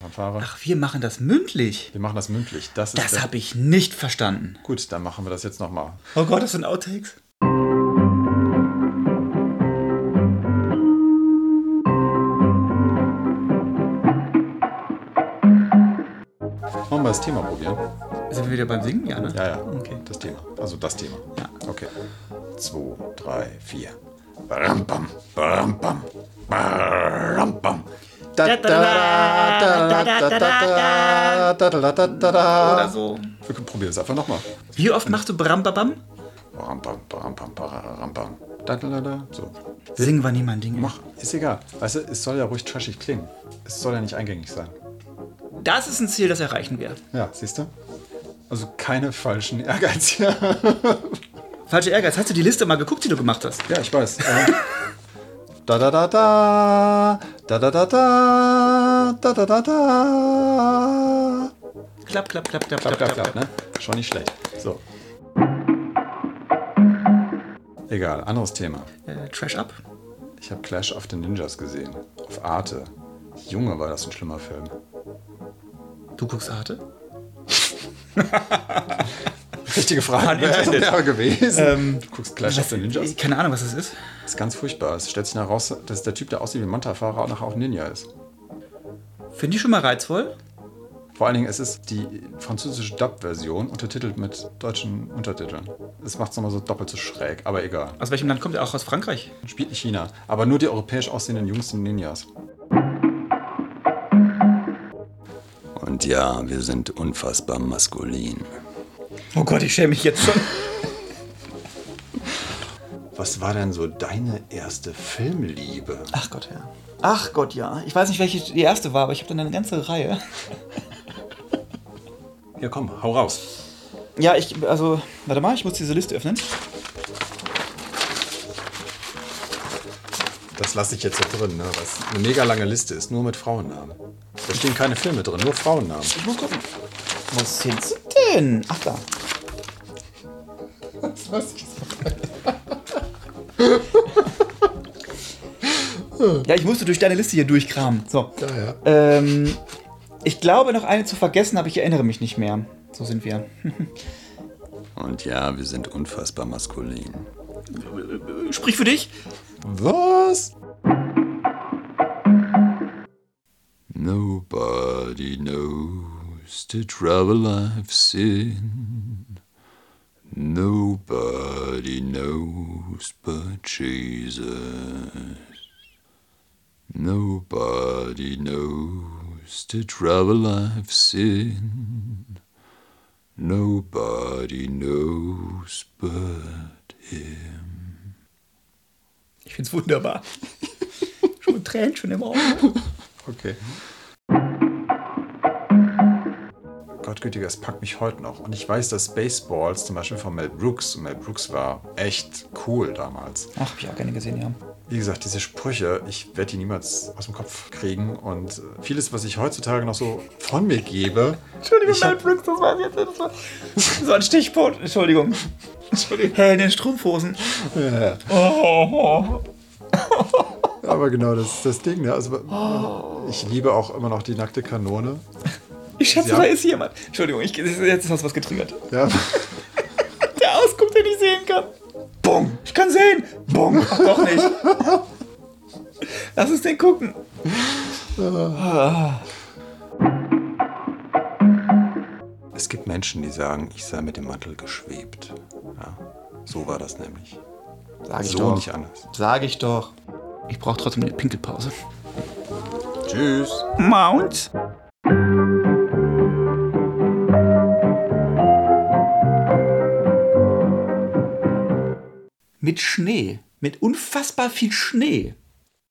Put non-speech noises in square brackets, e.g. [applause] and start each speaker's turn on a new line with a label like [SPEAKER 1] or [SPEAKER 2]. [SPEAKER 1] Herr Fahrer.
[SPEAKER 2] Ach, wir machen das mündlich.
[SPEAKER 1] Wir machen das mündlich. Das, ist
[SPEAKER 2] Das
[SPEAKER 1] der-
[SPEAKER 2] habe ich nicht verstanden.
[SPEAKER 1] Gut, dann machen wir das jetzt nochmal.
[SPEAKER 2] Oh Gott, das sind Outtakes.
[SPEAKER 1] Wollen wir das Thema probieren?
[SPEAKER 2] Sind wir wieder beim Singen? Ja, ne?
[SPEAKER 1] Ja, ja.
[SPEAKER 2] Okay.
[SPEAKER 1] Das Thema. Also das Thema.
[SPEAKER 2] Ja.
[SPEAKER 1] Okay. Zwei, drei, vier. Bam, bam, bam, bam, bam, bam. Da, da, da, da, da, da, da, da, da, da, da, da.
[SPEAKER 2] Oder so.
[SPEAKER 1] Wir können- probieren es einfach nochmal.
[SPEAKER 2] Wie oft machst du Brambabam?
[SPEAKER 1] Bam, bam, bam, bam, bam, bam. Da, da, da, da. So.
[SPEAKER 2] Singen war nie mein Ding.
[SPEAKER 1] Mach, ist egal. Weißt du, es soll ja ruhig trashig klingen. Es soll ja nicht eingängig sein.
[SPEAKER 2] Das ist ein Ziel, das erreichen wir.
[SPEAKER 1] Ja, siehst du? Also keine falschen Ehrgeiz hier.
[SPEAKER 2] Falscher Ehrgeiz. Hast du die Liste mal geguckt, die du gemacht hast?
[SPEAKER 1] [laughs] Ja, ich weiß. Ähm, da da da da da da da da da da da da
[SPEAKER 2] Klapp, klapp, klapp, klapp,
[SPEAKER 1] Klapp, klapp, klapp, ne? Schon nicht schlecht. So. Egal, anderes Thema.
[SPEAKER 2] Äh, Trash Up.
[SPEAKER 1] Ich habe Clash of the Ninjas gesehen. Auf Arte. Junge, war das ein schlimmer Film.
[SPEAKER 2] Du guckst Arte?
[SPEAKER 1] Richtige Frage wäre [laughs] ja gewesen.
[SPEAKER 2] Ähm,
[SPEAKER 1] du guckst Clash of
[SPEAKER 2] Was,
[SPEAKER 1] the Ninjas.
[SPEAKER 2] ich- keine Ahnung, was das ist.
[SPEAKER 1] ist ganz furchtbar. Es stellt sich heraus, dass der Typ, der aussieht wie ein Manta-Fahrer, auch nachher auch ein Ninja ist.
[SPEAKER 2] Finde ich schon mal reizvoll.
[SPEAKER 1] Vor allen Dingen, es ist die französische Dub-Version, untertitelt mit deutschen Untertiteln. Das macht es nochmal so doppelt so schräg, aber egal.
[SPEAKER 2] Aus welchem Land kommt er? Auch aus Frankreich.
[SPEAKER 1] Spielt in China, aber nur die europäisch aussehenden Jungs sind Ninjas. Und ja, wir sind unfassbar maskulin.
[SPEAKER 2] Oh Gott, ich schäme mich jetzt schon.
[SPEAKER 1] Was war denn so deine erste Filmliebe?
[SPEAKER 2] Ach Gott, ja. Ach Gott, ja. Ich weiß nicht, welche die erste war, aber ich habe dann eine ganze Reihe.
[SPEAKER 1] Ja, komm, hau raus.
[SPEAKER 2] Ja, ich, also, warte mal, ich muss diese Liste öffnen.
[SPEAKER 1] Das lasse ich jetzt so drin, ne? Was eine mega lange Liste ist, nur mit Frauennamen. Da stehen keine Filme drin, nur Frauennamen.
[SPEAKER 2] Ich muss gucken. Wo sind sie denn? Ach, da. ja, ich musste durch deine Liste hier durchkramen. So.
[SPEAKER 1] ja.
[SPEAKER 2] Ähm, ich glaube, noch eine zu vergessen, aber ich erinnere mich nicht mehr. So sind wir.
[SPEAKER 1] Und ja, wir sind unfassbar maskulin.
[SPEAKER 2] Hm. Sprich für dich.
[SPEAKER 1] Was? Nobody knows the trouble I've seen. Nobody knows but Jesus. Nobody knows the trouble I've seen. Nobody knows but him.
[SPEAKER 2] Ich find's wunderbar. [laughs] schon Tränen schon im Auge.
[SPEAKER 1] Okay. Gottgütiger, es packt mich heute noch. Und ich weiß, dass Spaceballs zum Beispiel von Mel Brooks, und Mel Brooks war echt cool damals.
[SPEAKER 2] Ach, hab ich auch gerne gesehen, ja.
[SPEAKER 1] Wie gesagt, diese Sprüche, ich werde die niemals aus dem Kopf kriegen. Und äh, vieles, was ich heutzutage noch so von mir gebe.
[SPEAKER 2] Entschuldigung,
[SPEAKER 1] ich
[SPEAKER 2] Mel
[SPEAKER 1] hab,
[SPEAKER 2] Brooks, das war jetzt das war so ein Stichpunkt. Entschuldigung. Entschuldigung. Hey, in den Strumpfhosen.
[SPEAKER 1] aber genau, das ist das Ding. Ne? Also, Ich liebe auch immer noch die nackte Kanone.
[SPEAKER 2] Ich schätze,
[SPEAKER 1] Sie haben-
[SPEAKER 2] da ist jemand. Entschuldigung, ich, jetzt hast du was getriggert.
[SPEAKER 1] Ja. [laughs]
[SPEAKER 2] Der Ausguck, den ich sehen kann. Bong. Ich kann sehen. Bong. Ach, Doch nicht. Lass uns den gucken.
[SPEAKER 1] Es gibt Menschen, die sagen, ich sei mit dem Mantel geschwebt. Ja, so war das nämlich.
[SPEAKER 2] Sag
[SPEAKER 1] so nicht anders.
[SPEAKER 2] Sag ich doch. Ich brauche trotzdem eine Pinkelpause.
[SPEAKER 1] Tschüss.
[SPEAKER 2] Mount. Mit Schnee. Mit unfassbar viel Schnee.